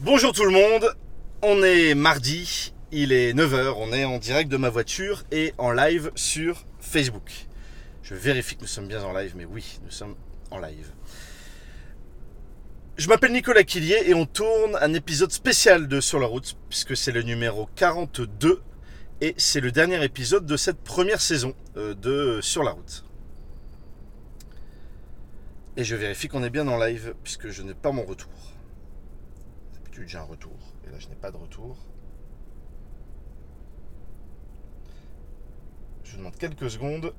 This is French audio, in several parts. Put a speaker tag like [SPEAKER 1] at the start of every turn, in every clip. [SPEAKER 1] Bonjour tout le monde, on est mardi, il est 9h, on est en direct de ma voiture et en live sur Facebook. Je vérifie que nous sommes bien en live, mais oui, nous sommes en live. Je m'appelle Nicolas Quillier et on tourne un épisode spécial de Sur la route, puisque c'est le numéro 42 et c'est le dernier épisode de cette première saison euh, de Sur la route. Et je vérifie qu'on est bien en live, puisque je n'ai pas mon retour. D'habitude, j'ai un retour, et là, je n'ai pas de retour. Je vous demande quelques secondes.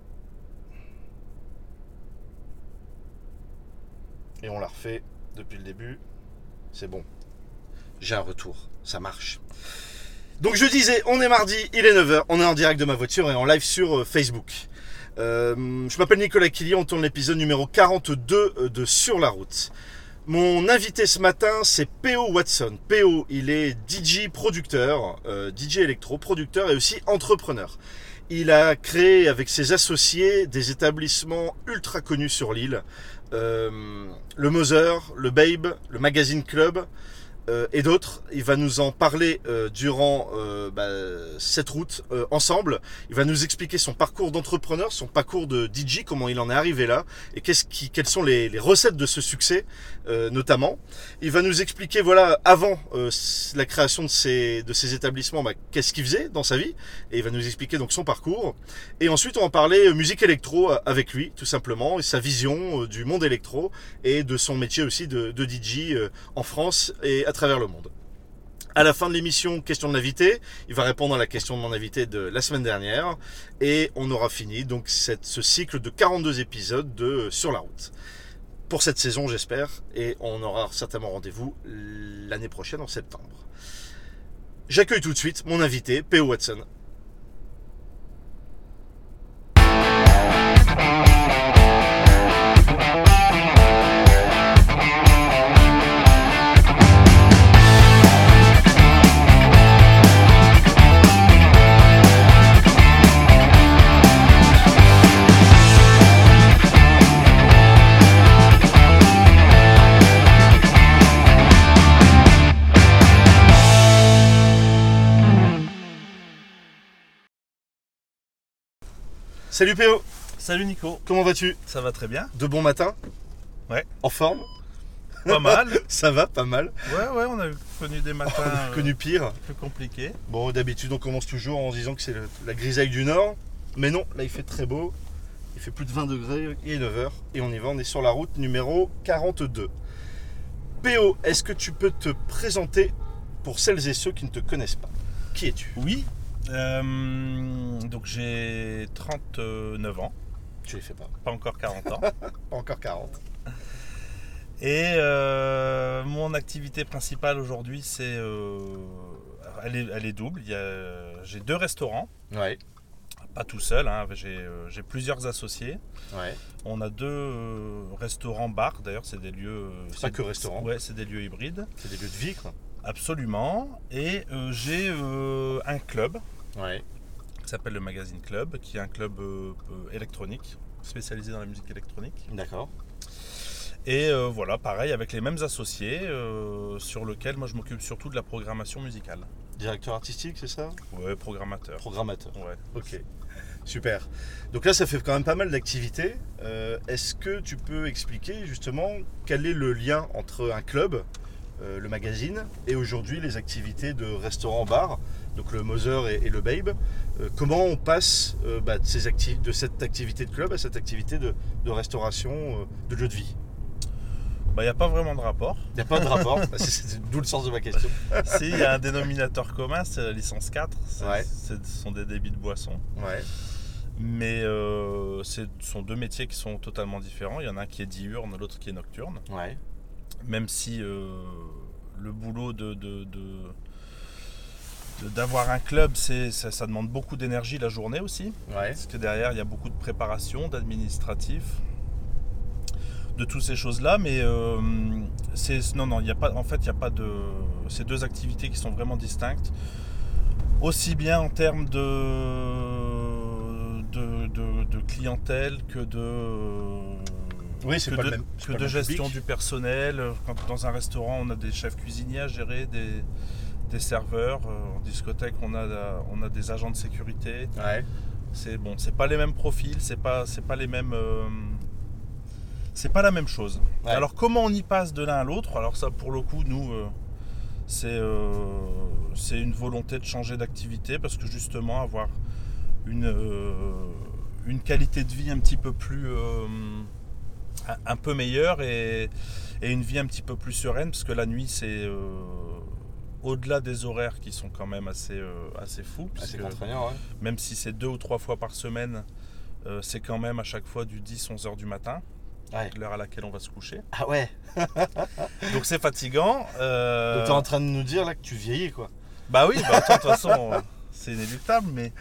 [SPEAKER 1] Et on la refait depuis le début. C'est bon. J'ai un retour. Ça marche. Donc je disais, on est mardi, il est 9h, on est en direct de ma voiture et en live sur euh, Facebook. Euh, je m'appelle Nicolas Killy, on tourne l'épisode numéro 42 de Sur la route. Mon invité ce matin, c'est PO Watson. PO, il est DJ producteur, euh, DJ électro producteur et aussi entrepreneur. Il a créé avec ses associés des établissements ultra connus sur l'île. Euh, le Moser, le Babe, le Magazine Club euh, et d'autres. Il va nous en parler euh, durant euh, bah, cette route euh, ensemble. Il va nous expliquer son parcours d'entrepreneur, son parcours de DJ, comment il en est arrivé là et qu'est-ce qui, quelles sont les, les recettes de ce succès euh, notamment. Il va nous expliquer voilà avant euh, s- la création de ces, de ces établissements, bah, qu'est-ce qu'il faisait dans sa vie et il va nous expliquer donc son parcours. Et ensuite on va parler euh, musique électro euh, avec lui tout simplement et sa vision euh, du monde électro et de son métier aussi de, de DJ euh, en France et à travers le monde. À la fin de l'émission, question de l'invité. Il va répondre à la question de mon invité de la semaine dernière. Et on aura fini donc cette- ce cycle de 42 épisodes de euh, Sur la route. Pour cette saison, j'espère. Et on aura certainement rendez-vous l'année prochaine en septembre. J'accueille tout de suite mon invité, P.O. Watson. Salut P.O.
[SPEAKER 2] Salut Nico,
[SPEAKER 1] Comment vas-tu
[SPEAKER 2] ça va très bien
[SPEAKER 1] De bon matin
[SPEAKER 2] Ouais.
[SPEAKER 1] En forme
[SPEAKER 2] Pas mal
[SPEAKER 1] Ça va, pas mal.
[SPEAKER 2] Ouais, ouais, on a connu des matins euh,
[SPEAKER 1] Connu pire.
[SPEAKER 2] plus compliqués.
[SPEAKER 1] Bon, d'habitude, on commence toujours en se disant que c'est le- la grisaille du Nord. Mais non, là, il fait très beau. Il fait plus de 20 degrés, il est 9h. Et on y va, on est sur la route numéro 42. PO, est-ce que tu peux te présenter pour celles et ceux qui ne te connaissent pas Qui es-tu
[SPEAKER 2] Oui, euh, donc j'ai 39 ans,
[SPEAKER 1] Tu les fais pas.
[SPEAKER 2] pas encore 40 ans.
[SPEAKER 1] Pas encore 40.
[SPEAKER 2] Et euh, mon activité principale aujourd'hui, c'est. euh, elle, est, elle est double. Il y a- J'ai deux restaurants,
[SPEAKER 1] Ouais,
[SPEAKER 2] pas tout seul, hein, j'ai euh, j'ai plusieurs associés.
[SPEAKER 1] ouais.
[SPEAKER 2] On a deux euh, restaurants-bars, d'ailleurs, c'est des lieux. euh,
[SPEAKER 1] Pas que restaurant,
[SPEAKER 2] Ouais, c'est des lieux hybrides.
[SPEAKER 1] c'est des lieux de vie, quoi.
[SPEAKER 2] Absolument. Et euh, j'ai euh, un club
[SPEAKER 1] Ouais,
[SPEAKER 2] qui s'appelle le Magazine Club, qui est un club euh, euh, électronique, spécialisé dans la musique électronique.
[SPEAKER 1] d'accord.
[SPEAKER 2] Et euh, voilà, pareil, avec les mêmes associés, euh, sur lequel moi je m'occupe surtout de la programmation musicale.
[SPEAKER 1] Directeur artistique, c'est ça
[SPEAKER 2] Ouais, programmateur.
[SPEAKER 1] Programmateur.
[SPEAKER 2] Ouais.
[SPEAKER 1] Ok, super. Donc là, ça fait quand même pas mal d'activités. Euh, Est-ce que tu peux expliquer justement quel est le lien entre un club, euh, le magazine, et aujourd'hui les activités de restaurant-bar, donc le Moser et, et le Babe Euh, Comment on passe euh, bah, de, ces acti- de cette activité de club à cette activité de, de restauration, euh, de lieu de vie
[SPEAKER 2] Bah, il n'y a pas vraiment de rapport.
[SPEAKER 1] Il n'y a pas de rapport, Bah, c'est- c'est d'où le sens de ma question.
[SPEAKER 2] si, il y a un dénominateur commun, c'est la licence 4. C'est-
[SPEAKER 1] Ouais.
[SPEAKER 2] c'est- Ce sont des débits de boissons.
[SPEAKER 1] Ouais,
[SPEAKER 2] Mais euh, ce sont deux métiers qui sont totalement différents. Il y en a un qui est diurne, l'autre qui est nocturne.
[SPEAKER 1] ouais,
[SPEAKER 2] même si euh, le boulot de, de- de- de- d'avoir un club, c'est, ça, ça demande beaucoup d'énergie la journée aussi,
[SPEAKER 1] ouais,
[SPEAKER 2] parce que derrière il y a beaucoup de préparation, d'administratif, de toutes ces choses-là. Mais euh, c'est, non, non, il y a pas, en fait, il n'y a pas de ces deux activités qui sont vraiment distinctes, aussi bien en termes de de, de- de clientèle que de
[SPEAKER 1] Oui, c'est
[SPEAKER 2] que
[SPEAKER 1] pas
[SPEAKER 2] de,
[SPEAKER 1] le même.
[SPEAKER 2] que
[SPEAKER 1] c'est pas le
[SPEAKER 2] de
[SPEAKER 1] même public.
[SPEAKER 2] gestion du personnel. Euh, Quand dans un restaurant, on a des chefs cuisiniers à gérer, des, des serveurs. Euh, En discothèque, on a, la- on a des agents de sécurité.
[SPEAKER 1] Ouais.
[SPEAKER 2] C'est bon, c'est pas les mêmes profils, c'est pas, c'est pas les mêmes. euh, c'est pas la même chose.
[SPEAKER 1] Ouais.
[SPEAKER 2] Alors comment on y passe de l'un à l'autre Alors ça, pour le coup, nous, euh, c'est euh, c'est une volonté de changer d'activité parce que justement avoir une euh, une qualité de vie un petit peu plus euh, un- un peu meilleure et, et une vie un petit peu plus sereine parce que la nuit c'est euh, au-delà des horaires qui sont quand même assez euh, assez fous
[SPEAKER 1] Ah, c'est
[SPEAKER 2] puisque-
[SPEAKER 1] contraignant, ouais.
[SPEAKER 2] même si c'est deux ou trois fois par semaine, euh, c'est quand même à chaque fois du 10-11 heures du matin,
[SPEAKER 1] Ouais.
[SPEAKER 2] l'heure à laquelle on va se coucher.
[SPEAKER 1] Ah ouais.
[SPEAKER 2] Donc c'est fatigant. euh,
[SPEAKER 1] Donc t'es en train de nous dire là que tu vieillis quoi.
[SPEAKER 2] Bah oui, bah, de toute façon, euh, c'est inéluctable, mais,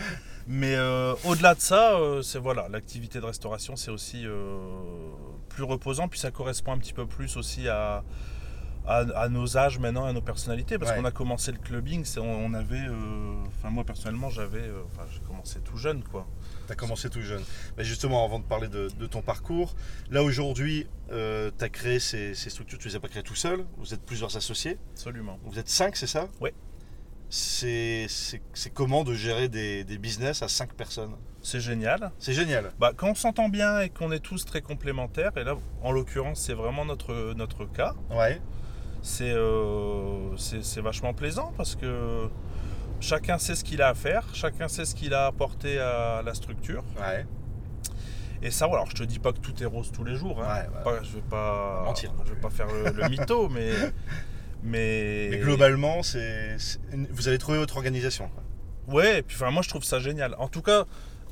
[SPEAKER 2] mais euh, au-delà de ça, euh, c'est voilà, l'activité de restauration, c'est aussi euh, plus reposant, puis ça correspond un petit peu plus aussi à, à, à nos âges maintenant, à nos personnalités, parce
[SPEAKER 1] Ouais.
[SPEAKER 2] qu'on a commencé le clubbing, c'est, on, on avait, euh, enfin moi personnellement, j'avais, euh, enfin j'ai commencé tout jeune, quoi.
[SPEAKER 1] T'as commencé tout jeune. Mais justement, avant de parler de, de ton parcours, là aujourd'hui, euh, t'as créé ces, ces structures, tu les as pas créées tout seul, vous êtes plusieurs associés,
[SPEAKER 2] Absolument.
[SPEAKER 1] vous êtes cinq, c'est ça
[SPEAKER 2] Ouais.
[SPEAKER 1] C'est c'est- c'est comment de gérer des, des business à cinq personnes
[SPEAKER 2] C'est génial.
[SPEAKER 1] C'est génial.
[SPEAKER 2] Bah, quand on s'entend bien et qu'on est tous très complémentaires, et là, en l'occurrence, c'est vraiment notre, notre cas,
[SPEAKER 1] Ouais.
[SPEAKER 2] c'est euh, c'est c'est vachement plaisant parce que chacun sait ce qu'il a à faire, chacun sait ce qu'il a apporté à la structure.
[SPEAKER 1] Ouais.
[SPEAKER 2] Et ça, voilà, alors je te dis pas que tout est rose tous les jours. hein.
[SPEAKER 1] Ouais, ouais.
[SPEAKER 2] Pas- je vais pas
[SPEAKER 1] Mentir non
[SPEAKER 2] je vais
[SPEAKER 1] plus.
[SPEAKER 2] pas faire le, le mytho, mais mais
[SPEAKER 1] Mais globalement, c'est c'est une- vous avez trouvé votre organisation. quoi.
[SPEAKER 2] Ouais, et puis enfin, moi je trouve ça génial. En tout cas,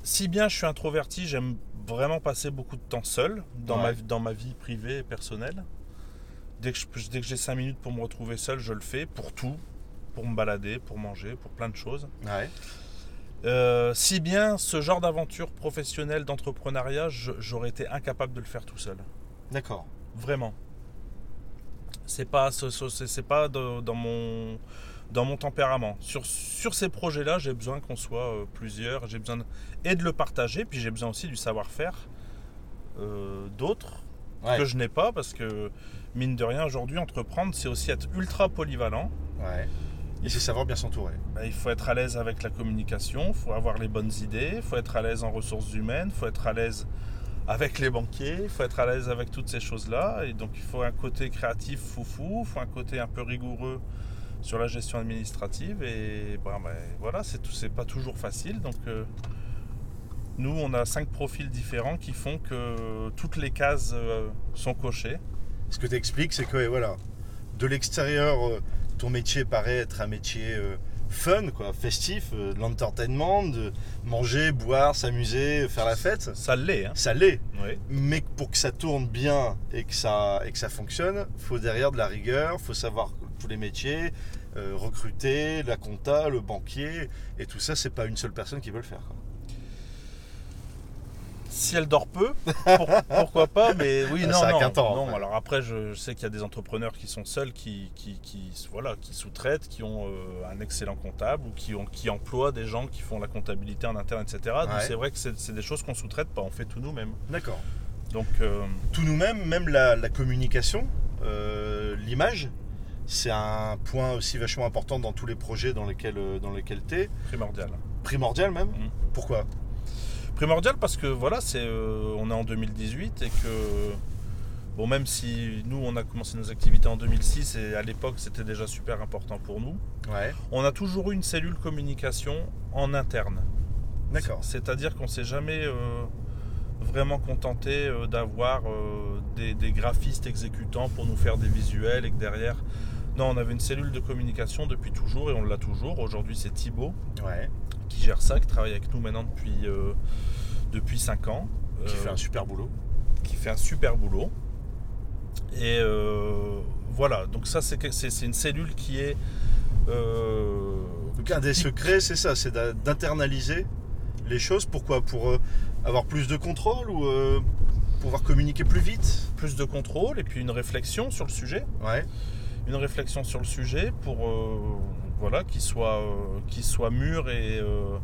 [SPEAKER 2] si bien je suis introverti, j'aime vraiment passer beaucoup de temps seul dans,
[SPEAKER 1] Ouais.
[SPEAKER 2] ma, dans ma vie privée et personnelle. Dès que, je peux- dès que j'ai 5 minutes pour me retrouver seul, je le fais pour tout, pour me balader, pour manger, pour plein de choses.
[SPEAKER 1] Ouais.
[SPEAKER 2] Euh, si bien ce genre d'aventure professionnelle, d'entrepreneuriat, je- j'aurais été incapable de le faire tout seul.
[SPEAKER 1] D'accord.
[SPEAKER 2] Vraiment. C'est pas, ce- ce- c'est c'est pas de- dans, mon, dans mon tempérament. Sur, sur ces projets-là, j'ai besoin qu'on soit euh, plusieurs, j'ai besoin de- et de le partager, puis j'ai besoin aussi du savoir-faire euh, d'autres
[SPEAKER 1] Ouais.
[SPEAKER 2] que je n'ai pas, parce que mine de rien, aujourd'hui, entreprendre, c'est aussi être ultra polyvalent.
[SPEAKER 1] Ouais. Et c'est savoir bien s'entourer.
[SPEAKER 2] Ben, il faut être à l'aise avec la communication, il faut avoir les bonnes idées, il faut être à l'aise en ressources humaines, il faut être à l'aise avec les banquiers, il faut être à l'aise avec toutes ces choses-là. Et donc il faut un côté créatif foufou, il faut un côté un peu rigoureux sur la gestion administrative. Et ben, ben, voilà, c'est tout, c'est pas toujours facile. Donc euh, nous, on a cinq profils différents qui font que toutes les cases euh, sont cochées.
[SPEAKER 1] Ce que tu expliques, c'est que voilà, de l'extérieur, euh, ton métier paraît être un métier euh, fun, quoi, festif, euh, de l'entertainment, de manger, boire, s'amuser, faire la fête.
[SPEAKER 2] Ça l'est, hein.
[SPEAKER 1] Ça l'est,
[SPEAKER 2] Oui.
[SPEAKER 1] mais pour que ça tourne bien et que ça, et que ça fonctionne, faut derrière de la rigueur, faut savoir tous les métiers, euh, recruter, la compta, le banquier, et tout ça, c'est pas une seule personne qui peut le faire. quoi.
[SPEAKER 2] Si elle dort peu, pour- pourquoi pas, mais oui,
[SPEAKER 1] Ça
[SPEAKER 2] non,
[SPEAKER 1] a
[SPEAKER 2] non,
[SPEAKER 1] qu'un temps,
[SPEAKER 2] non.
[SPEAKER 1] après.
[SPEAKER 2] Alors après, je, je sais qu'il y a des entrepreneurs qui sont seuls, qui, qui, qui, voilà, qui sous-traitent, qui ont euh, un excellent comptable ou qui, ont, qui emploient des gens qui font la comptabilité en interne, etc. Donc
[SPEAKER 1] Ouais.
[SPEAKER 2] c'est vrai que c'est c'est des choses qu'on sous-traite pas, on fait tout nous-mêmes.
[SPEAKER 1] D'accord.
[SPEAKER 2] Donc euh,
[SPEAKER 1] tout nous-mêmes, même la, la communication, euh, l'image, c'est un point aussi vachement important dans tous les projets dans lesquels euh, dans lesquels t'es,
[SPEAKER 2] primordial.
[SPEAKER 1] primordial même.
[SPEAKER 2] Mm.
[SPEAKER 1] Pourquoi
[SPEAKER 2] Primordial parce que voilà, c'est euh, on est en 2018 et que bon, même si nous on a commencé nos activités en 2006 et à l'époque c'était déjà super important pour nous.
[SPEAKER 1] Ouais,
[SPEAKER 2] On a toujours eu une cellule communication en interne.
[SPEAKER 1] d'accord.
[SPEAKER 2] C'est- C'est-à-dire qu'on s'est jamais euh, vraiment contenté euh, d'avoir euh, des, des graphistes exécutants pour nous faire des visuels et que derrière. Non, on avait une cellule de communication depuis toujours et on l'a toujours. Aujourd'hui, c'est Thibaut
[SPEAKER 1] Ouais,
[SPEAKER 2] qui gère ça, qui travaille avec nous maintenant depuis, euh, depuis 5 ans.
[SPEAKER 1] qui
[SPEAKER 2] Euh,
[SPEAKER 1] fait un super boulot.
[SPEAKER 2] qui fait un super boulot. Et euh, voilà, donc ça, c'est que- c'est c'est une cellule qui est. euh,
[SPEAKER 1] Donc un des
[SPEAKER 2] qui-
[SPEAKER 1] secrets, c'est ça, c'est d'a- d'internaliser les choses. Pourquoi Pour euh, avoir plus de contrôle ou euh, pouvoir communiquer plus vite
[SPEAKER 2] plus de contrôle et puis une réflexion sur le sujet.
[SPEAKER 1] Ouais,
[SPEAKER 2] Une réflexion sur le sujet pour euh, voilà, qu'il soit, euh, qu'il soit mûr et, euh,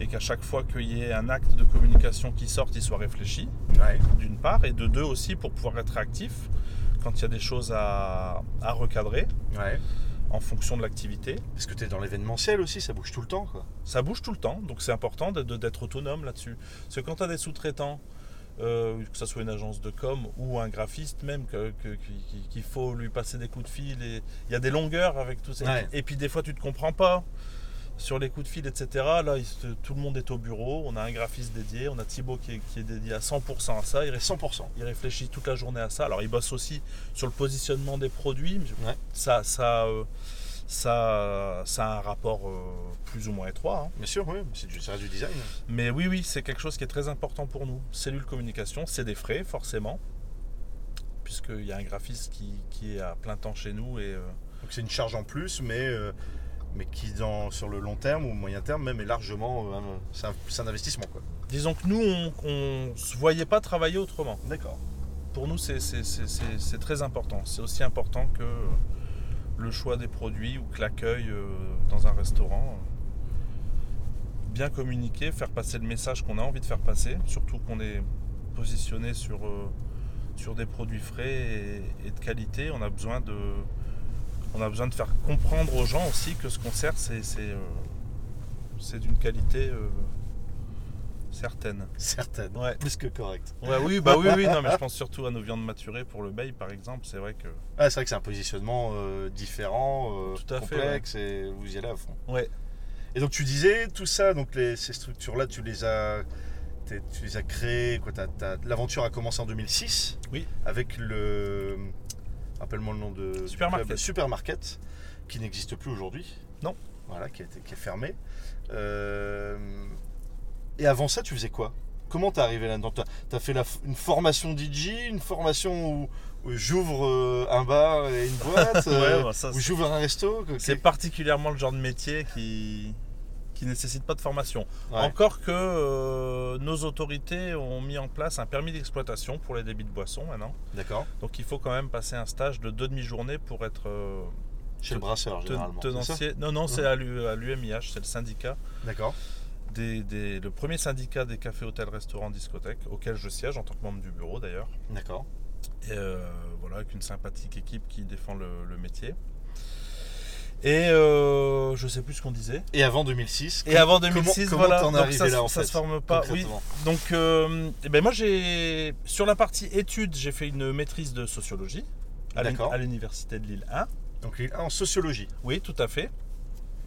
[SPEAKER 2] et qu'à chaque fois qu'il y ait un acte de communication qui sorte, il soit réfléchi,
[SPEAKER 1] Ouais.
[SPEAKER 2] d'une part, et de deux aussi pour pouvoir être réactif quand il y a des choses à, à recadrer
[SPEAKER 1] Ouais.
[SPEAKER 2] en fonction de l'activité.
[SPEAKER 1] Parce que tu es dans l'événementiel aussi, ça bouge tout le temps, quoi.
[SPEAKER 2] Ça bouge tout le temps, donc c'est important de- de- d'être autonome là-dessus. Parce que quand tu as des sous-traitants, euh, que ce soit une agence de com ou un graphiste même, que- que- qui- qui- qu'il faut lui passer des coups de fil, et il y a des longueurs avec tout ça.
[SPEAKER 1] Ouais.
[SPEAKER 2] Et puis des fois tu ne te comprends pas sur les coups de fil, etc. Là, il se- tout le monde est au bureau, on a un graphiste dédié, on a Thibaut qui est, qui est dédié à 100% à ça, il,
[SPEAKER 1] Et
[SPEAKER 2] reste-
[SPEAKER 1] 100%.
[SPEAKER 2] il réfléchit toute la journée à ça. Alors il bosse aussi sur le positionnement des produits, mais je-
[SPEAKER 1] Ouais.
[SPEAKER 2] ça, ça, euh, ça, ça a un rapport euh, plus ou moins étroit. hein.
[SPEAKER 1] Bien sûr, oui, c'est du, ça reste du design.
[SPEAKER 2] Mais oui, oui, c'est quelque chose qui est très important pour nous. Cellule communication, c'est des frais, forcément, puisqu'il y a un graphiste qui, qui est à plein temps chez nous. Et, euh,
[SPEAKER 1] Donc c'est une charge en plus, mais, euh, mais qui, dans, sur le long terme ou moyen terme, même est largement. euh, un- c'est, un, c'est un investissement, quoi.
[SPEAKER 2] disons que nous, on ne se voyait pas travailler autrement.
[SPEAKER 1] D'accord.
[SPEAKER 2] Pour nous, c'est c'est- c'est- c'est- c'est très important. C'est aussi important que euh, le choix des produits ou que l'accueil euh, dans un restaurant. Bien communiquer, faire passer le message qu'on a envie de faire passer, surtout qu'on est positionné sur, euh, sur des produits frais et, et de qualité. On a, besoin de, on a besoin de faire comprendre aux gens aussi que ce qu'on sert, c'est c'est, euh, c'est d'une qualité euh, certaine.
[SPEAKER 1] Certaine.
[SPEAKER 2] Ouais.
[SPEAKER 1] Plus que correct.
[SPEAKER 2] Ouais, oui, bah oui, oui, non, mais je pense surtout à nos viandes maturées pour le bail, par exemple. C'est vrai que.
[SPEAKER 1] Ah, c'est vrai que c'est un positionnement euh, différent, euh,
[SPEAKER 2] Tout à fait,
[SPEAKER 1] complexe, et vous y allez à fond.
[SPEAKER 2] Ouais.
[SPEAKER 1] Et donc tu disais, tout ça, donc les- ces structures-là, tu les as, t'es- tu les as créées. quoi, t'as- t'as- l'aventure a commencé en 2006.
[SPEAKER 2] Oui.
[SPEAKER 1] Avec le, rappelle-moi le nom de du
[SPEAKER 2] Supermarket.
[SPEAKER 1] club, Supermarket, qui n'existe plus aujourd'hui.
[SPEAKER 2] Non.
[SPEAKER 1] Voilà, qui, a été- qui est fermé. Euh, et avant ça, tu faisais quoi Comment t'es arrivé là-dedans T'as as fait la f- une formation DJ, une formation où, où j'ouvre euh, un bar et une boîte, euh,
[SPEAKER 2] Ouais, bah, ça,
[SPEAKER 1] où
[SPEAKER 2] c'est-
[SPEAKER 1] j'ouvre un resto. que-
[SPEAKER 2] c'est particulièrement le genre de métier qui, qui nécessite pas de formation.
[SPEAKER 1] Ouais.
[SPEAKER 2] Encore que euh, nos autorités ont mis en place un permis d'exploitation pour les débits de boissons maintenant.
[SPEAKER 1] D'accord.
[SPEAKER 2] Donc il faut quand même passer un stage de deux demi-journées pour être euh,
[SPEAKER 1] Chez le brasseur,
[SPEAKER 2] ten-
[SPEAKER 1] généralement. c'est ça
[SPEAKER 2] tenancier. Non, non, c'est à l'U- à l'UMIH, c'est le syndicat.
[SPEAKER 1] D'accord.
[SPEAKER 2] Des, des- le premier syndicat des cafés, hôtels, restaurants, discothèques, auquel je siège en tant que membre du bureau d'ailleurs.
[SPEAKER 1] D'accord.
[SPEAKER 2] Et euh, voilà, avec une sympathique équipe qui défend le, le métier. Et euh, je sais plus ce qu'on disait.
[SPEAKER 1] Et avant 2006
[SPEAKER 2] Et avant
[SPEAKER 1] comment-
[SPEAKER 2] 2006,
[SPEAKER 1] comment
[SPEAKER 2] voilà,
[SPEAKER 1] t'en es
[SPEAKER 2] donc
[SPEAKER 1] arrivé
[SPEAKER 2] ça,
[SPEAKER 1] là, en
[SPEAKER 2] ça
[SPEAKER 1] fait,
[SPEAKER 2] se forme pas. Oui.
[SPEAKER 1] concrètement
[SPEAKER 2] Donc, euh, eh ben moi j'ai sur la partie études, j'ai fait une maîtrise de sociologie à l'uni-
[SPEAKER 1] D'accord.
[SPEAKER 2] à l'université de Lille 1.
[SPEAKER 1] Donc il- en sociologie.
[SPEAKER 2] Oui, tout à fait.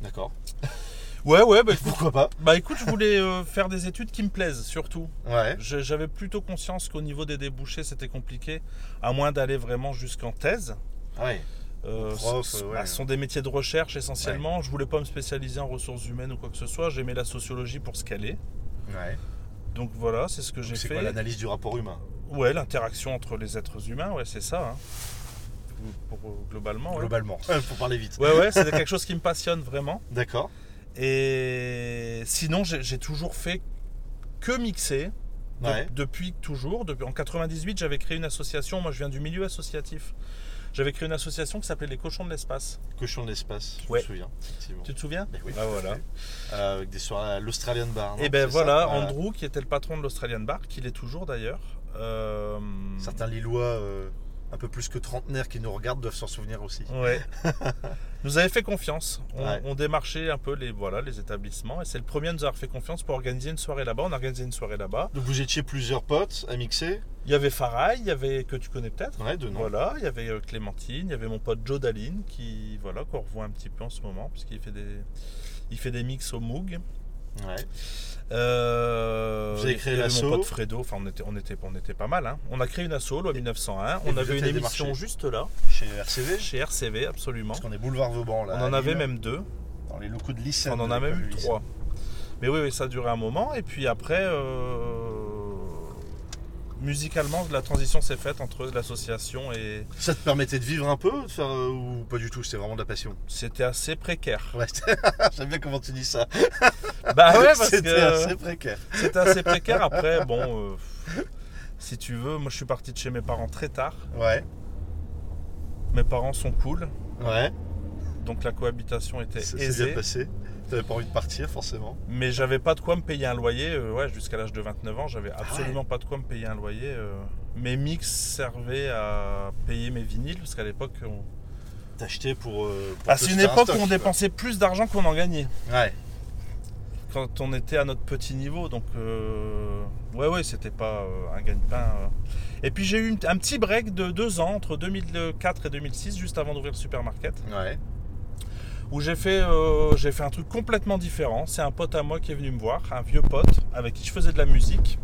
[SPEAKER 1] D'accord.
[SPEAKER 2] Ouais, ouais. Bah,
[SPEAKER 1] Pourquoi pas
[SPEAKER 2] bah, écoute, je voulais euh, faire des études qui me plaisent surtout.
[SPEAKER 1] Ouais.
[SPEAKER 2] Je- J'avais plutôt conscience qu'au niveau des débouchés, c'était compliqué, à moins d'aller vraiment jusqu'en thèse.
[SPEAKER 1] Ouais.
[SPEAKER 2] Euh,
[SPEAKER 1] Prof,
[SPEAKER 2] ce- ce-
[SPEAKER 1] euh, ouais.
[SPEAKER 2] bah, ce sont des métiers de recherche essentiellement. Je voulais pas me spécialiser en ressources humaines ou quoi que ce soit. J'aimais la sociologie pour ce qu'elle est.
[SPEAKER 1] Ouais.
[SPEAKER 2] Donc voilà, c'est ce que j'ai
[SPEAKER 1] C'est
[SPEAKER 2] fait.
[SPEAKER 1] quoi l'analyse du rapport humain
[SPEAKER 2] ouais, l'interaction entre les êtres humains, ouais, c'est ça. hein. Pour, pour- globalement. Ouais,
[SPEAKER 1] Globalement. Euh, pour parler vite.
[SPEAKER 2] ouais, ouais, c'est quelque chose qui me passionne vraiment.
[SPEAKER 1] D'accord.
[SPEAKER 2] Et sinon, j'ai j'ai toujours fait que mixer. De-
[SPEAKER 1] Ouais.
[SPEAKER 2] depuis toujours. Depuis, en 98, j'avais créé une association. Moi, je viens du milieu associatif. J'avais créé une association qui s'appelait les Cochons de l'espace.
[SPEAKER 1] Cochon de l'espace. Je
[SPEAKER 2] Ouais.
[SPEAKER 1] me souviens. Effectivement.
[SPEAKER 2] Tu te souviens
[SPEAKER 1] Ben oui,
[SPEAKER 2] Ah, voilà.
[SPEAKER 1] Euh, avec des soirées à l'Australian Bar. non
[SPEAKER 2] Et ben
[SPEAKER 1] C'est ça
[SPEAKER 2] voilà,
[SPEAKER 1] Ouais.
[SPEAKER 2] Andrew, qui était le patron de l'Australian Bar, qui l'est toujours d'ailleurs. euh,
[SPEAKER 1] Certains Lillois, euh, un peu plus que trentenaires qui nous regardent, doivent s'en souvenir aussi.
[SPEAKER 2] Ouais. nous avait fait confiance. On,
[SPEAKER 1] Ouais.
[SPEAKER 2] on démarchait un peu les, voilà, les établissements. Et c'est le premier à nous avoir fait confiance pour organiser une soirée là-bas. On a organisé une soirée là-bas.
[SPEAKER 1] Donc vous étiez plusieurs potes à mixer
[SPEAKER 2] Il y avait Farai, il y avait que tu connais peut-être.
[SPEAKER 1] Ouais, de nom.
[SPEAKER 2] Voilà, il y avait euh, Clémentine, il y avait mon pote Joe Daline qui voilà qu'on revoit un petit peu en ce moment puisqu'il fait des il fait des mix au Moog.
[SPEAKER 1] Ouais.
[SPEAKER 2] Euh,
[SPEAKER 1] Vous avez
[SPEAKER 2] il y
[SPEAKER 1] créé
[SPEAKER 2] avait
[SPEAKER 1] l'asso.
[SPEAKER 2] Mon pote Fredo, enfin on était on était on était pas mal hein. On a créé une asso loi 1901.
[SPEAKER 1] vous
[SPEAKER 2] on avait
[SPEAKER 1] êtes
[SPEAKER 2] une
[SPEAKER 1] allé
[SPEAKER 2] émission
[SPEAKER 1] démarcher.
[SPEAKER 2] juste là
[SPEAKER 1] Chez RCV
[SPEAKER 2] chez RCV absolument.
[SPEAKER 1] Parce qu'on hein. est boulevard Vauban là.
[SPEAKER 2] On en
[SPEAKER 1] à
[SPEAKER 2] avait
[SPEAKER 1] Lille,
[SPEAKER 2] même deux.
[SPEAKER 1] Dans les locaux de lycée.
[SPEAKER 2] on en a même eu trois. Mais oui, oui, ça a duré un moment. Et puis après, euh, musicalement, la transition s'est faite entre l'association et.
[SPEAKER 1] Ça te permettait de vivre un peu de faire, euh, ou pas du tout C'était vraiment de la passion.
[SPEAKER 2] C'était assez précaire.
[SPEAKER 1] Ouais, J'aime bien comment tu dis ça.
[SPEAKER 2] Bah ouais, parce
[SPEAKER 1] C'était
[SPEAKER 2] que
[SPEAKER 1] assez précaire.
[SPEAKER 2] c'était assez précaire. Après, bon, euh, si tu veux, moi je suis parti de chez mes parents très tard.
[SPEAKER 1] Ouais,
[SPEAKER 2] Mes parents sont cool,
[SPEAKER 1] ouais.
[SPEAKER 2] donc la cohabitation était
[SPEAKER 1] Ça s'est bien
[SPEAKER 2] aisée.
[SPEAKER 1] passé. T'avais pas envie de partir, forcément.
[SPEAKER 2] Mais j'avais pas de quoi me payer un loyer, euh, ouais, jusqu'à l'âge de 29 ans, j'avais absolument pas de quoi me payer un loyer. euh. Mes mix servaient à payer mes vinyles, parce qu'à l'époque, on...
[SPEAKER 1] T'achetais pour. euh, pour
[SPEAKER 2] Ah,
[SPEAKER 1] te
[SPEAKER 2] c'est une
[SPEAKER 1] faire un
[SPEAKER 2] époque
[SPEAKER 1] stock,
[SPEAKER 2] où on
[SPEAKER 1] quoi.
[SPEAKER 2] dépensait plus d'argent qu'on en gagnait,
[SPEAKER 1] Ouais.
[SPEAKER 2] quand on était à notre petit niveau, donc euh, ouais, ouais, c'était pas euh, un gagne-pain. euh. Et puis j'ai eu une- un petit break de deux ans, entre 2004 et 2006, juste avant d'ouvrir le supermarket.
[SPEAKER 1] Ouais.
[SPEAKER 2] où j'ai fait, euh, j'ai fait un truc complètement différent. C'est un pote à moi qui est venu me voir, un vieux pote avec qui je faisais de la musique,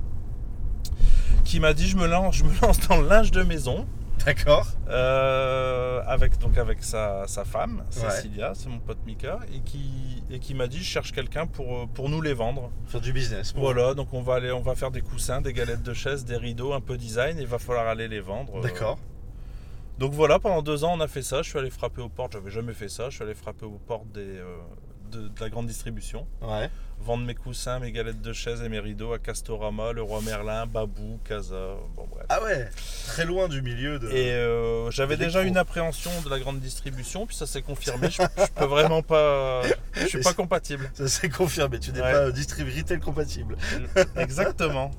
[SPEAKER 2] qui m'a dit je me lance, je me lance dans le linge de maison
[SPEAKER 1] D'accord.
[SPEAKER 2] euh, avec donc avec sa, sa femme,
[SPEAKER 1] Ouais.
[SPEAKER 2] Cecilia, c'est mon pote Mika, et qui et qui m'a dit je cherche quelqu'un pour euh, pour nous les vendre.
[SPEAKER 1] Faire du business. bon.
[SPEAKER 2] Voilà, donc on va aller, on va faire des coussins, des galettes de chaise, des rideaux, un peu design. Il va falloir aller les vendre. euh,
[SPEAKER 1] D'accord.
[SPEAKER 2] donc voilà, pendant deux ans, on a fait ça. Je suis allé frapper aux portes. J'avais jamais fait ça. Je suis allé frapper aux portes des, euh, de, de la grande distribution.
[SPEAKER 1] Ouais.
[SPEAKER 2] Vendre mes coussins, mes galettes de chaise et mes rideaux à Castorama, le Roi Merlin, Babou, Casa. Bon, bref.
[SPEAKER 1] Ah ouais. Très loin du milieu de.
[SPEAKER 2] Et euh, j'avais déjà
[SPEAKER 1] Électro.
[SPEAKER 2] une appréhension de la grande distribution, puis ça s'est confirmé. Je, je peux vraiment pas. Je suis pas compatible.
[SPEAKER 1] Ça s'est confirmé. Tu n'es
[SPEAKER 2] Ouais.
[SPEAKER 1] pas distribué retail compatible.
[SPEAKER 2] Exactement.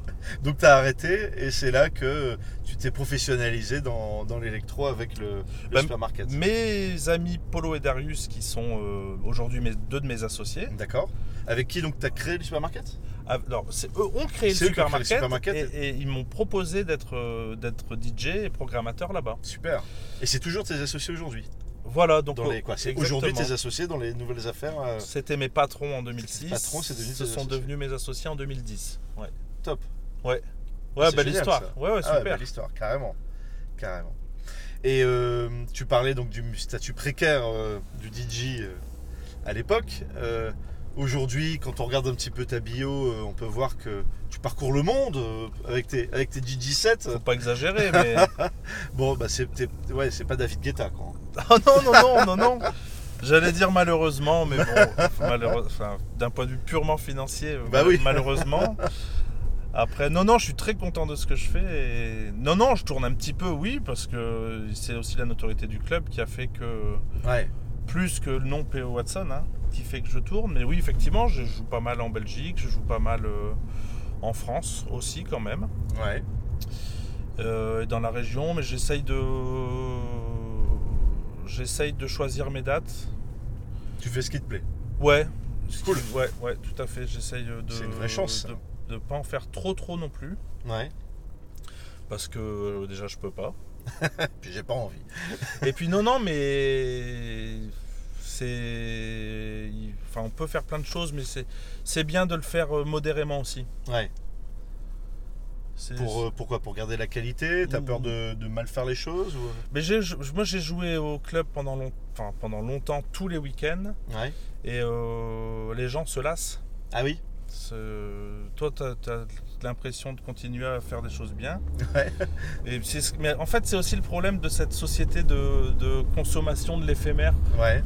[SPEAKER 1] Donc t'as arrêté et c'est là que euh, tu t'es professionnalisé dans, dans l'électro avec le, le
[SPEAKER 2] Bah,
[SPEAKER 1] supermarket.
[SPEAKER 2] Mes amis Polo et Darius, qui sont euh, aujourd'hui mes, deux de mes associés,
[SPEAKER 1] D'accord. Avec qui donc t'as créé le supermarket
[SPEAKER 2] Ah, non, c'est eux ont créé le
[SPEAKER 1] C'est eux qui ont créé le
[SPEAKER 2] supermarket,
[SPEAKER 1] supermarket.
[SPEAKER 2] et, et ils m'ont proposé d'être euh, d'être DJ et programmateur là-bas.
[SPEAKER 1] Super. Et c'est toujours tes associés aujourd'hui
[SPEAKER 2] Voilà, donc
[SPEAKER 1] dans
[SPEAKER 2] euh,
[SPEAKER 1] les quoi C'est aujourd'hui
[SPEAKER 2] exactement.
[SPEAKER 1] tes associés dans les nouvelles affaires. euh,
[SPEAKER 2] C'était mes patrons en 2006.
[SPEAKER 1] Tes patrons, c'est devenu
[SPEAKER 2] Ce
[SPEAKER 1] tes
[SPEAKER 2] sont
[SPEAKER 1] associés.
[SPEAKER 2] devenus mes associés en 2010. Ouais,
[SPEAKER 1] top.
[SPEAKER 2] ouais
[SPEAKER 1] Ah, C'est
[SPEAKER 2] belle
[SPEAKER 1] génial,
[SPEAKER 2] histoire.
[SPEAKER 1] ça.
[SPEAKER 2] Ouais, ouais,
[SPEAKER 1] Ah ouais,
[SPEAKER 2] super.
[SPEAKER 1] belle histoire, carrément, carrément. Et euh, tu parlais donc du statut précaire euh, du DJ euh, à l'époque. Euh, Aujourd'hui, quand on regarde un petit peu ta bio, euh, on peut voir que tu parcours le monde euh, avec tes avec tes DJ sets.
[SPEAKER 2] Faut pas exagérer, mais.
[SPEAKER 1] Bon, bah c'est t'es- ouais, c'est pas David Guetta quoi.
[SPEAKER 2] oh non, non, non, non, non J'allais dire malheureusement, mais bon, malheureux- enfin, d'un point de vue purement financier,
[SPEAKER 1] Bah oui.
[SPEAKER 2] malheureusement. Après, non, non, je suis très content de ce que je fais. et- Non, non, je tourne un petit peu, oui, parce que c'est aussi la notoriété du club qui a fait que,
[SPEAKER 1] Ouais,
[SPEAKER 2] plus que le nom P.O. Watson, hein, qui fait que je tourne. Mais oui, effectivement, je joue pas mal en Belgique, je joue pas mal euh, en France aussi, quand même,
[SPEAKER 1] ouais.
[SPEAKER 2] euh, et dans la région, mais j'essaye de. J'essaye de choisir mes dates.
[SPEAKER 1] Tu fais ce qui te plaît.
[SPEAKER 2] Ouais.
[SPEAKER 1] Cool.
[SPEAKER 2] Ouais, ouais, tout à fait. J'essaye de.
[SPEAKER 1] C'est une vraie chance, ça.
[SPEAKER 2] De ne pas en faire trop, trop non plus.
[SPEAKER 1] Ouais.
[SPEAKER 2] Parce que euh, déjà, je peux pas.
[SPEAKER 1] Puis j'ai pas envie.
[SPEAKER 2] Et puis, non, non, mais. C'est. Enfin, on peut faire plein de choses, mais c'est, c'est bien de le faire euh, modérément aussi.
[SPEAKER 1] Ouais.
[SPEAKER 2] C'est-
[SPEAKER 1] Pour euh, pourquoi Pour garder la qualité. T'as
[SPEAKER 2] Ouh.
[SPEAKER 1] peur de, de mal faire les choses ou...
[SPEAKER 2] Mais j'ai, je- moi, j'ai joué au club pendant, long- enfin, pendant longtemps, tous les week-ends.
[SPEAKER 1] Ouais.
[SPEAKER 2] Et euh, les gens se lassent.
[SPEAKER 1] Ah oui.
[SPEAKER 2] Ce- Toi, tu as, l'impression de continuer à faire des choses bien.
[SPEAKER 1] Ouais.
[SPEAKER 2] Et c'est ce- Mais en fait, c'est aussi le problème de cette société de, de consommation de l'éphémère.
[SPEAKER 1] Ouais.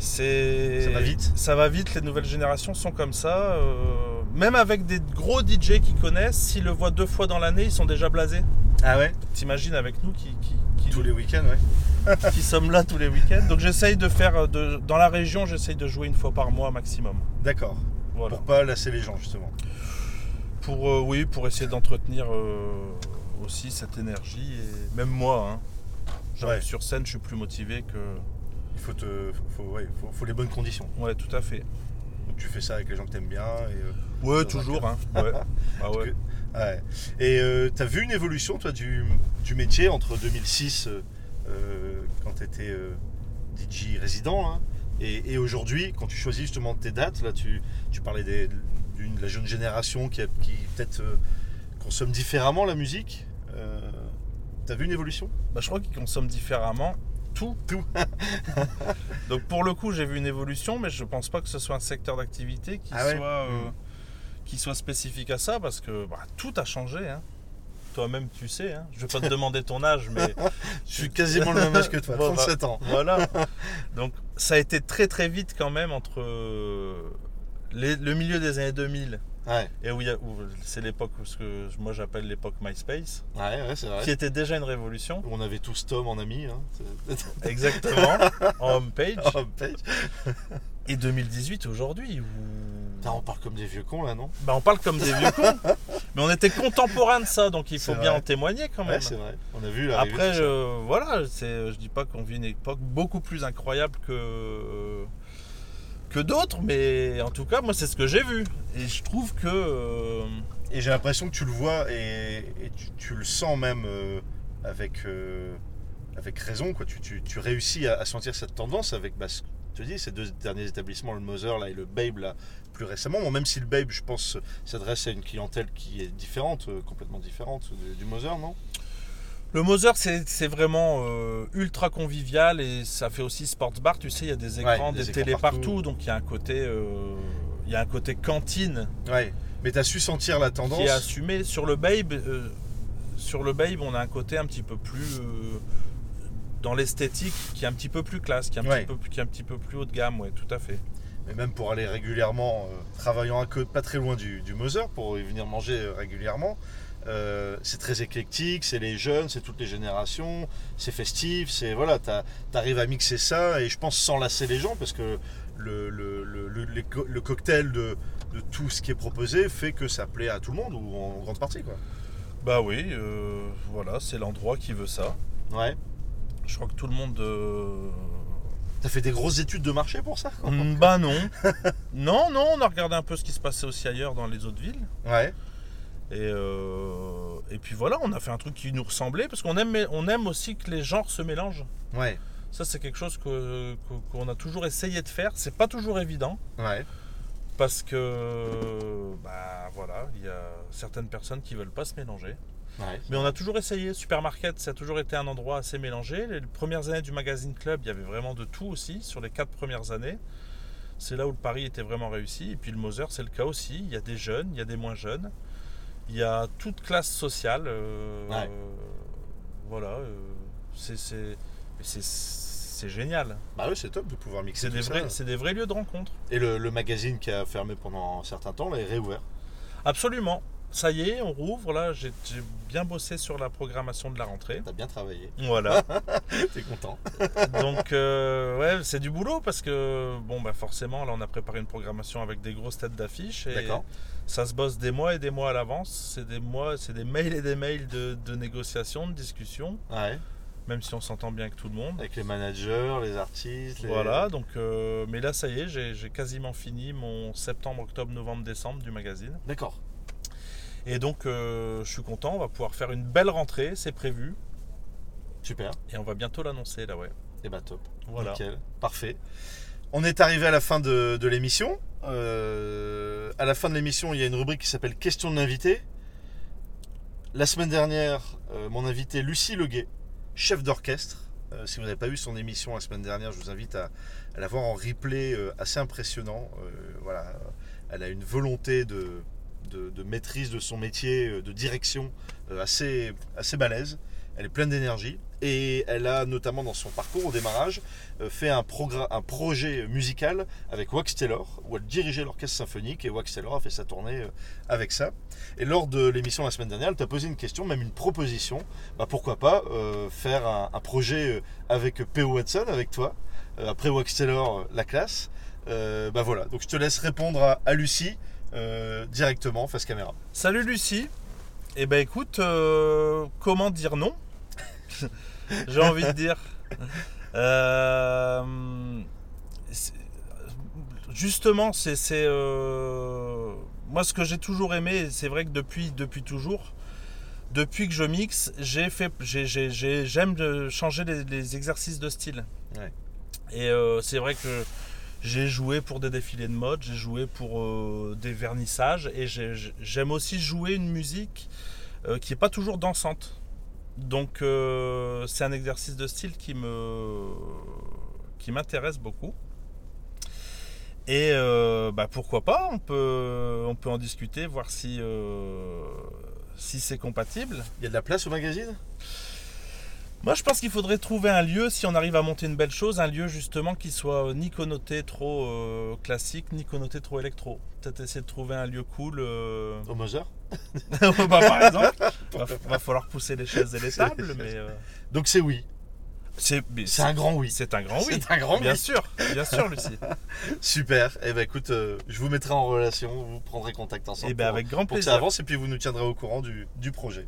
[SPEAKER 2] C'est...
[SPEAKER 1] Ça va vite.
[SPEAKER 2] Ça va vite, les nouvelles générations sont comme ça. euh, Même avec des gros DJ qui connaissent, s'ils le voient deux fois dans l'année, ils sont déjà blasés.
[SPEAKER 1] Ah ouais.
[SPEAKER 2] T'imagines avec nous qui, qui, qui-
[SPEAKER 1] Tous les week-ends, ouais.
[SPEAKER 2] qui sommes là tous les week-ends. Donc j'essaye de faire, euh, de... dans la région, j'essaye de jouer une fois par mois maximum.
[SPEAKER 1] D'accord.
[SPEAKER 2] Voilà.
[SPEAKER 1] Pour pas lasser les gens justement.
[SPEAKER 2] Pour, euh, oui, pour essayer d'entretenir euh, aussi cette énergie. Et même moi, hein. J'arrive
[SPEAKER 1] Ouais.
[SPEAKER 2] sur scène, je suis plus motivé que.
[SPEAKER 1] Il faut te, faut, ouais, faut, faut les bonnes conditions.
[SPEAKER 2] Ouais, tout à fait.
[SPEAKER 1] Donc tu fais ça avec les gens que t'aimes bien. Et, euh,
[SPEAKER 2] Ouais,
[SPEAKER 1] Dans
[SPEAKER 2] toujours. Hein. Ouais. Ah ouais.
[SPEAKER 1] ouais. Et euh, t'as vu une évolution toi du, du métier entre 2006 euh, euh, quand t'étais euh, DJ résident hein, et, et aujourd'hui quand tu choisis justement tes dates là tu, tu parlais des- d'une de la jeune génération qui, a- qui peut-être euh, consomme différemment la musique. Euh, t'as vu une évolution
[SPEAKER 2] Bah, je crois qu'ils consomment différemment tout.
[SPEAKER 1] Tout.
[SPEAKER 2] Donc pour le coup, j'ai vu une évolution, mais je pense pas que ce soit un secteur d'activité qui,
[SPEAKER 1] Ah ouais
[SPEAKER 2] soit, euh, qui soit spécifique à ça, parce que bah, tout a changé. hein. Toi-même, tu sais. hein. Je vais pas te demander ton âge, mais.
[SPEAKER 1] Je suis quasiment le même âge que toi,
[SPEAKER 2] Bon, bah.
[SPEAKER 1] 37 ans.
[SPEAKER 2] Voilà. Donc ça a été très très vite quand même entre euh, les- le milieu des années 2000
[SPEAKER 1] Ouais,
[SPEAKER 2] et où, il y a- où c'est l'époque, où ce que moi j'appelle l'époque MySpace,
[SPEAKER 1] ouais, ouais, c'est vrai.
[SPEAKER 2] qui était déjà une révolution.
[SPEAKER 1] On avait tous Tom en ami. Hein. C'est-
[SPEAKER 2] Exactement, en homepage.
[SPEAKER 1] Oh, page.
[SPEAKER 2] Et 2018 aujourd'hui, où
[SPEAKER 1] Putain, on parle comme des vieux cons là, non
[SPEAKER 2] Bah, on parle comme des vieux cons. Mais on était contemporains de ça, donc il faut
[SPEAKER 1] C'est
[SPEAKER 2] bien
[SPEAKER 1] vrai.
[SPEAKER 2] en témoigner quand même.
[SPEAKER 1] Ouais, c'est vrai. On a vu l'arrivée de
[SPEAKER 2] Après,
[SPEAKER 1] tout ça.
[SPEAKER 2] euh, voilà, c'est, je dis pas qu'on vit une époque beaucoup plus incroyable que que d'autres, mais en tout cas, moi, c'est ce que j'ai vu. Et je trouve que euh,
[SPEAKER 1] Et j'ai l'impression que tu le vois et, et tu, tu le sens même euh, avec, euh, avec raison. Quoi. Tu, tu- tu réussis à, à sentir cette tendance avec bah, ce que je te dis, ces deux derniers établissements, le Mother là, et le Babe là, plus récemment. Bon, même si le Babe, je pense, euh, s'adresse à une clientèle qui est différente, euh, complètement différente du, du Mother, non
[SPEAKER 2] le Moser, c'est, c'est vraiment euh, ultra convivial et ça fait aussi sports bar. Tu sais, il y a des
[SPEAKER 1] Ouais,
[SPEAKER 2] écrans,
[SPEAKER 1] des
[SPEAKER 2] des,
[SPEAKER 1] écrans
[SPEAKER 2] télés
[SPEAKER 1] partout.
[SPEAKER 2] partout. donc il y a un côté, euh, il y a un côté cantine
[SPEAKER 1] Ouais. Mais tu as su sentir la tendance.
[SPEAKER 2] qui est assumé. Sur le Babe, euh, sur le Babe, on a un côté un petit peu plus euh, dans l'esthétique, qui est un petit peu plus classe, qui est un,
[SPEAKER 1] Ouais.
[SPEAKER 2] petit, peu, plus- qui est un petit peu plus haut de gamme, ouais, tout à fait.
[SPEAKER 1] Mais même pour aller régulièrement, euh, travaillant à Côte, pas très loin du, du Mother, pour y venir manger euh, régulièrement, euh, c'est très éclectique, c'est les jeunes, c'est toutes les générations, c'est festif, c'est voilà, t'as- t'arrives à mixer ça et je pense sans lasser les gens parce que le, le- le- le- les co- le cocktail de, de tout ce qui est proposé fait que ça plaît à tout le monde ou en grande partie quoi.
[SPEAKER 2] Bah oui, euh, voilà, c'est l'endroit qui veut ça.
[SPEAKER 1] Ouais.
[SPEAKER 2] Je crois que tout le monde. euh,
[SPEAKER 1] T'as fait des grosses études de marché pour ça quoi
[SPEAKER 2] mm, bah non. non, non, on a regardé un peu ce qui se passait aussi ailleurs dans les autres villes.
[SPEAKER 1] Ouais.
[SPEAKER 2] Et, euh, et puis voilà, on a fait un truc qui nous ressemblait, parce qu'on aime, on aime aussi que les genres se mélangent.
[SPEAKER 1] Ouais.
[SPEAKER 2] Ça, c'est quelque chose que- que- qu'on a toujours essayé de faire. C'est pas toujours évident
[SPEAKER 1] Ouais.
[SPEAKER 2] parce que, bah voilà, il y a certaines personnes qui veulent pas se mélanger.
[SPEAKER 1] Ouais.
[SPEAKER 2] Mais on a toujours essayé. Supermarket, ça a toujours été un endroit assez mélangé. Les premières années du magazine club, il y avait vraiment de tout aussi. Sur les quatre premières années, c'est là où le pari était vraiment réussi. Et puis le Moser, c'est le cas aussi. Il y a des jeunes, il y a des moins jeunes, il y a toute classe sociale. euh,
[SPEAKER 1] Ouais.
[SPEAKER 2] euh, voilà, euh, c'est- c'est mais c'est- c'est génial.
[SPEAKER 1] Bah oui, c'est top de pouvoir mixer.
[SPEAKER 2] C'est
[SPEAKER 1] tout
[SPEAKER 2] des,
[SPEAKER 1] ça.
[SPEAKER 2] vrais, c'est des vrais lieux de rencontre.
[SPEAKER 1] Et le, le magazine qui a fermé pendant un certain temps là est réouvert.
[SPEAKER 2] Absolument. Ça y est, on rouvre. Là, j'ai j'ai bien bossé sur la programmation de la rentrée.
[SPEAKER 1] T'as bien travaillé,
[SPEAKER 2] Voilà.
[SPEAKER 1] t'es content.
[SPEAKER 2] Donc, euh, ouais, c'est du boulot parce que, bon, bah forcément, là, on a préparé une programmation avec des grosses têtes d'affiches. et
[SPEAKER 1] D'accord.
[SPEAKER 2] Ça se bosse des mois et des mois à l'avance. C'est des mois, c'est des mails et des mails de, de négociations, de discussions,
[SPEAKER 1] Ouais.
[SPEAKER 2] même si on s'entend bien avec tout le monde.
[SPEAKER 1] Avec les managers, les artistes. les-
[SPEAKER 2] Voilà, donc, euh, mais là, ça y est, j'ai j'ai quasiment fini mon septembre, octobre, novembre, décembre du magazine.
[SPEAKER 1] D'accord.
[SPEAKER 2] Et donc, euh, je suis content, on va pouvoir faire une belle rentrée, c'est prévu.
[SPEAKER 1] Super.
[SPEAKER 2] Et on va bientôt l'annoncer, là, ouais.
[SPEAKER 1] Et bah top.
[SPEAKER 2] Voilà.
[SPEAKER 1] Nickel. Parfait. On est arrivé à la fin de, de l'émission. Euh, à la fin de l'émission, il y a une rubrique qui s'appelle Question de l'invité. La semaine dernière, euh, mon invité Lucie Leguet, chef d'orchestre. Euh, si vous n'avez pas eu son émission la semaine dernière, je vous invite à, à la voir en replay euh, assez impressionnant. Euh, voilà, elle a une volonté de, de- de maîtrise de son métier, euh, de direction euh, assez, assez balèze. Elle est pleine d'énergie et elle a notamment dans son parcours au démarrage euh, fait un, progra- un projet musical avec Wax Taylor où elle dirigeait l'orchestre symphonique et Wax Taylor a fait sa tournée euh, avec ça. Et lors de l'émission la semaine dernière, elle t'a posé une question, même une proposition. Bah, pourquoi pas euh, faire un, un projet euh, avec P.O. Watson, avec toi, euh, après Wax Taylor, euh, la classe. Euh, bah voilà, donc je te laisse répondre à, à Lucie euh, directement face caméra.
[SPEAKER 2] Salut Lucie. Eh ben écoute, euh, comment dire non J'ai envie de dire. Euh, c'est- justement, c'est c'est, euh, moi ce que j'ai toujours aimé. et C'est vrai que depuis depuis toujours, depuis que je mixe, j'ai fait j'ai- j'ai- j'ai- j'aime de changer les, les exercices de style.
[SPEAKER 1] Ouais.
[SPEAKER 2] Et euh, c'est vrai que j'ai joué pour des défilés de mode, j'ai joué pour euh, des vernissages et j'ai- j'ai- j'aime aussi jouer une musique euh, qui n'est pas toujours dansante. Donc euh, c'est un exercice de style qui me qui m'intéresse beaucoup. Et euh, bah, pourquoi pas, on peut, on peut en discuter, voir si, euh, si c'est compatible.
[SPEAKER 1] Il y a de la place au magazine
[SPEAKER 2] Moi, Moi, je pense qu'il faudrait trouver un lieu, si on arrive à monter une belle chose, un lieu justement qui soit euh, ni connoté trop euh, classique, ni connoté trop électro. Peut-être essayer de trouver un lieu cool. euh,
[SPEAKER 1] Au Mother.
[SPEAKER 2] bah, par exemple, va, va falloir pousser les chaises et les tables, mais euh,
[SPEAKER 1] Donc c'est oui.
[SPEAKER 2] c'est mais
[SPEAKER 1] C'est un grand oui.
[SPEAKER 2] C'est un grand oui.
[SPEAKER 1] C'est un grand
[SPEAKER 2] Bien
[SPEAKER 1] oui.
[SPEAKER 2] sûr, bien sûr, Lucie.
[SPEAKER 1] Super. Eh ben écoute, euh, je vous mettrai en relation, vous prendrez contact ensemble.
[SPEAKER 2] Et bien
[SPEAKER 1] pour-
[SPEAKER 2] Eh ben, avec grand
[SPEAKER 1] pour que ça
[SPEAKER 2] plaisir.
[SPEAKER 1] avance et puis vous nous tiendrez au courant du, du projet.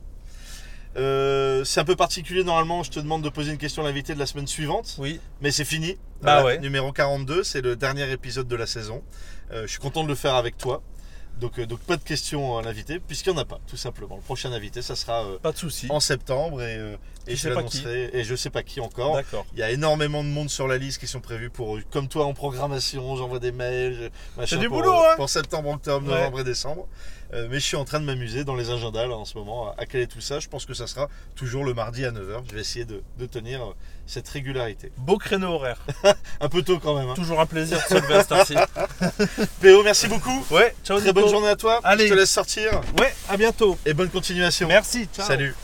[SPEAKER 1] Euh, c'est un peu particulier normalement, je te demande de poser une question à l'invité de la semaine suivante,
[SPEAKER 2] Oui,
[SPEAKER 1] mais c'est fini.
[SPEAKER 2] Bah
[SPEAKER 1] Voilà,
[SPEAKER 2] ouais.
[SPEAKER 1] Numéro 42, c'est le dernier épisode de la saison. Euh, je suis content de le faire avec toi. Donc, euh, donc pas de questions à l'invité, puisqu'il n'y en a pas, tout simplement. Le prochain invité, ça sera euh,
[SPEAKER 2] pas de souci.
[SPEAKER 1] en septembre et, euh, et
[SPEAKER 2] Tu
[SPEAKER 1] je
[SPEAKER 2] sais pas
[SPEAKER 1] l'annoncerai et je sais pas qui encore.
[SPEAKER 2] D'accord.
[SPEAKER 1] Il y a énormément de monde sur la liste qui sont prévus pour, euh, comme toi en programmation, j'envoie des mails, je- machin,
[SPEAKER 2] C'est du
[SPEAKER 1] pour,
[SPEAKER 2] boulot,
[SPEAKER 1] euh,
[SPEAKER 2] hein
[SPEAKER 1] pour septembre, octobre,
[SPEAKER 2] Ouais.
[SPEAKER 1] novembre et décembre. Euh, mais je suis en train de m'amuser dans les agendas là, en ce moment à à caler tout ça. Je pense que ça sera toujours le mardi à 9h. Je vais essayer de, de tenir euh, cette régularité.
[SPEAKER 2] Beau créneau horaire.
[SPEAKER 1] Un peu tôt quand même. hein.
[SPEAKER 2] Toujours un plaisir de se lever à cette heure-ci.
[SPEAKER 1] PO, merci beaucoup.
[SPEAKER 2] Ouais, ciao
[SPEAKER 1] Très bonne
[SPEAKER 2] Nico.
[SPEAKER 1] journée à toi.
[SPEAKER 2] Allez.
[SPEAKER 1] Je te laisse sortir
[SPEAKER 2] Ouais, à bientôt.
[SPEAKER 1] et bonne continuation.
[SPEAKER 2] Merci, ciao.
[SPEAKER 1] Salut.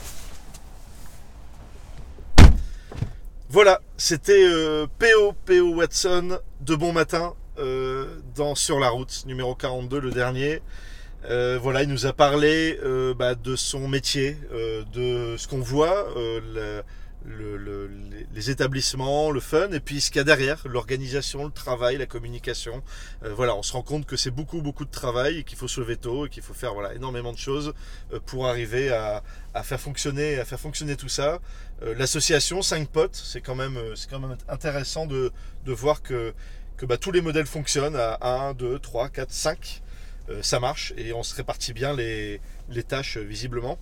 [SPEAKER 1] Voilà, c'était euh, PO, PO Watson de Bon Matin euh, dans Sur la route, numéro 42, le dernier. Euh, voilà, il nous a parlé euh, bah, de son métier, euh, de ce qu'on voit, euh, la- le- le- les- les établissements, le fun, et puis ce qu'il y a derrière, l'organisation, le travail, la communication. Euh, voilà, on se rend compte que c'est beaucoup, beaucoup de travail, et qu'il faut se lever tôt, et qu'il faut faire voilà, énormément de choses euh, pour arriver à, à faire fonctionner, à faire fonctionner tout ça. Euh, L'association 5 potes, c'est quand même, euh, c'est quand même intéressant de, de voir que, que bah, tous les modèles fonctionnent à 1, 2, 3, 4, 5. Euh, ça marche et on se répartit bien les, les tâches euh, visiblement.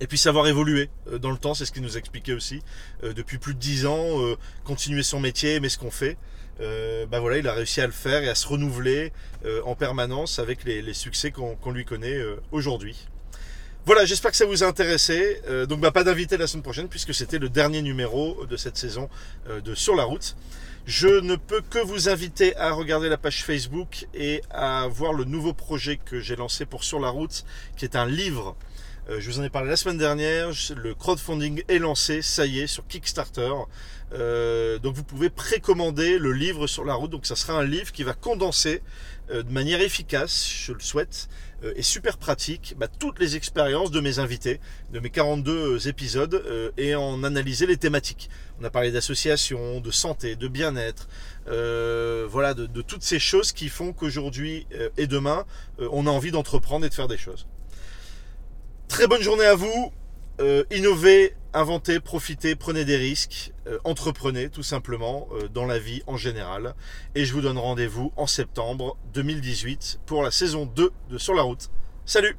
[SPEAKER 1] Et puis savoir évoluer euh, dans le temps, c'est ce qu'il nous expliquait aussi. Euh, depuis plus de 10 ans, euh, continuer son métier, aimer ce qu'on fait. Euh, bah voilà, il a réussi à le faire et à se renouveler euh, en permanence avec les, les succès qu'on qu'on lui connaît euh, aujourd'hui. Voilà, j'espère que ça vous a intéressé. Euh, donc, bah, pas d'invité la semaine prochaine puisque c'était le dernier numéro de cette saison euh, de Sur la route. Je ne peux que vous inviter à regarder la page Facebook et à voir le nouveau projet que j'ai lancé pour Sur la route, qui est un livre. Euh, je vous en ai parlé la semaine dernière. Je- Le crowdfunding est lancé, ça y est, sur Kickstarter. Euh, donc, vous pouvez précommander le livre Sur la route. Donc, ça sera un livre qui va condenser euh, de manière efficace, je le souhaite, euh, et super pratique bah, toutes les expériences de mes invités, de mes 42 épisodes, euh, et en analyser les thématiques. On a parlé d'associations, de santé, de bien-être, euh, voilà, de, de toutes ces choses qui font qu'aujourd'hui euh, et demain, euh, on a envie d'entreprendre et de faire des choses. Très bonne journée à vous. Euh, innovez, inventez, profitez, prenez des risques, euh, entreprenez tout simplement euh, dans la vie en général. Et je vous donne rendez-vous en septembre 2018 pour la saison 2 de Sur la route. Salut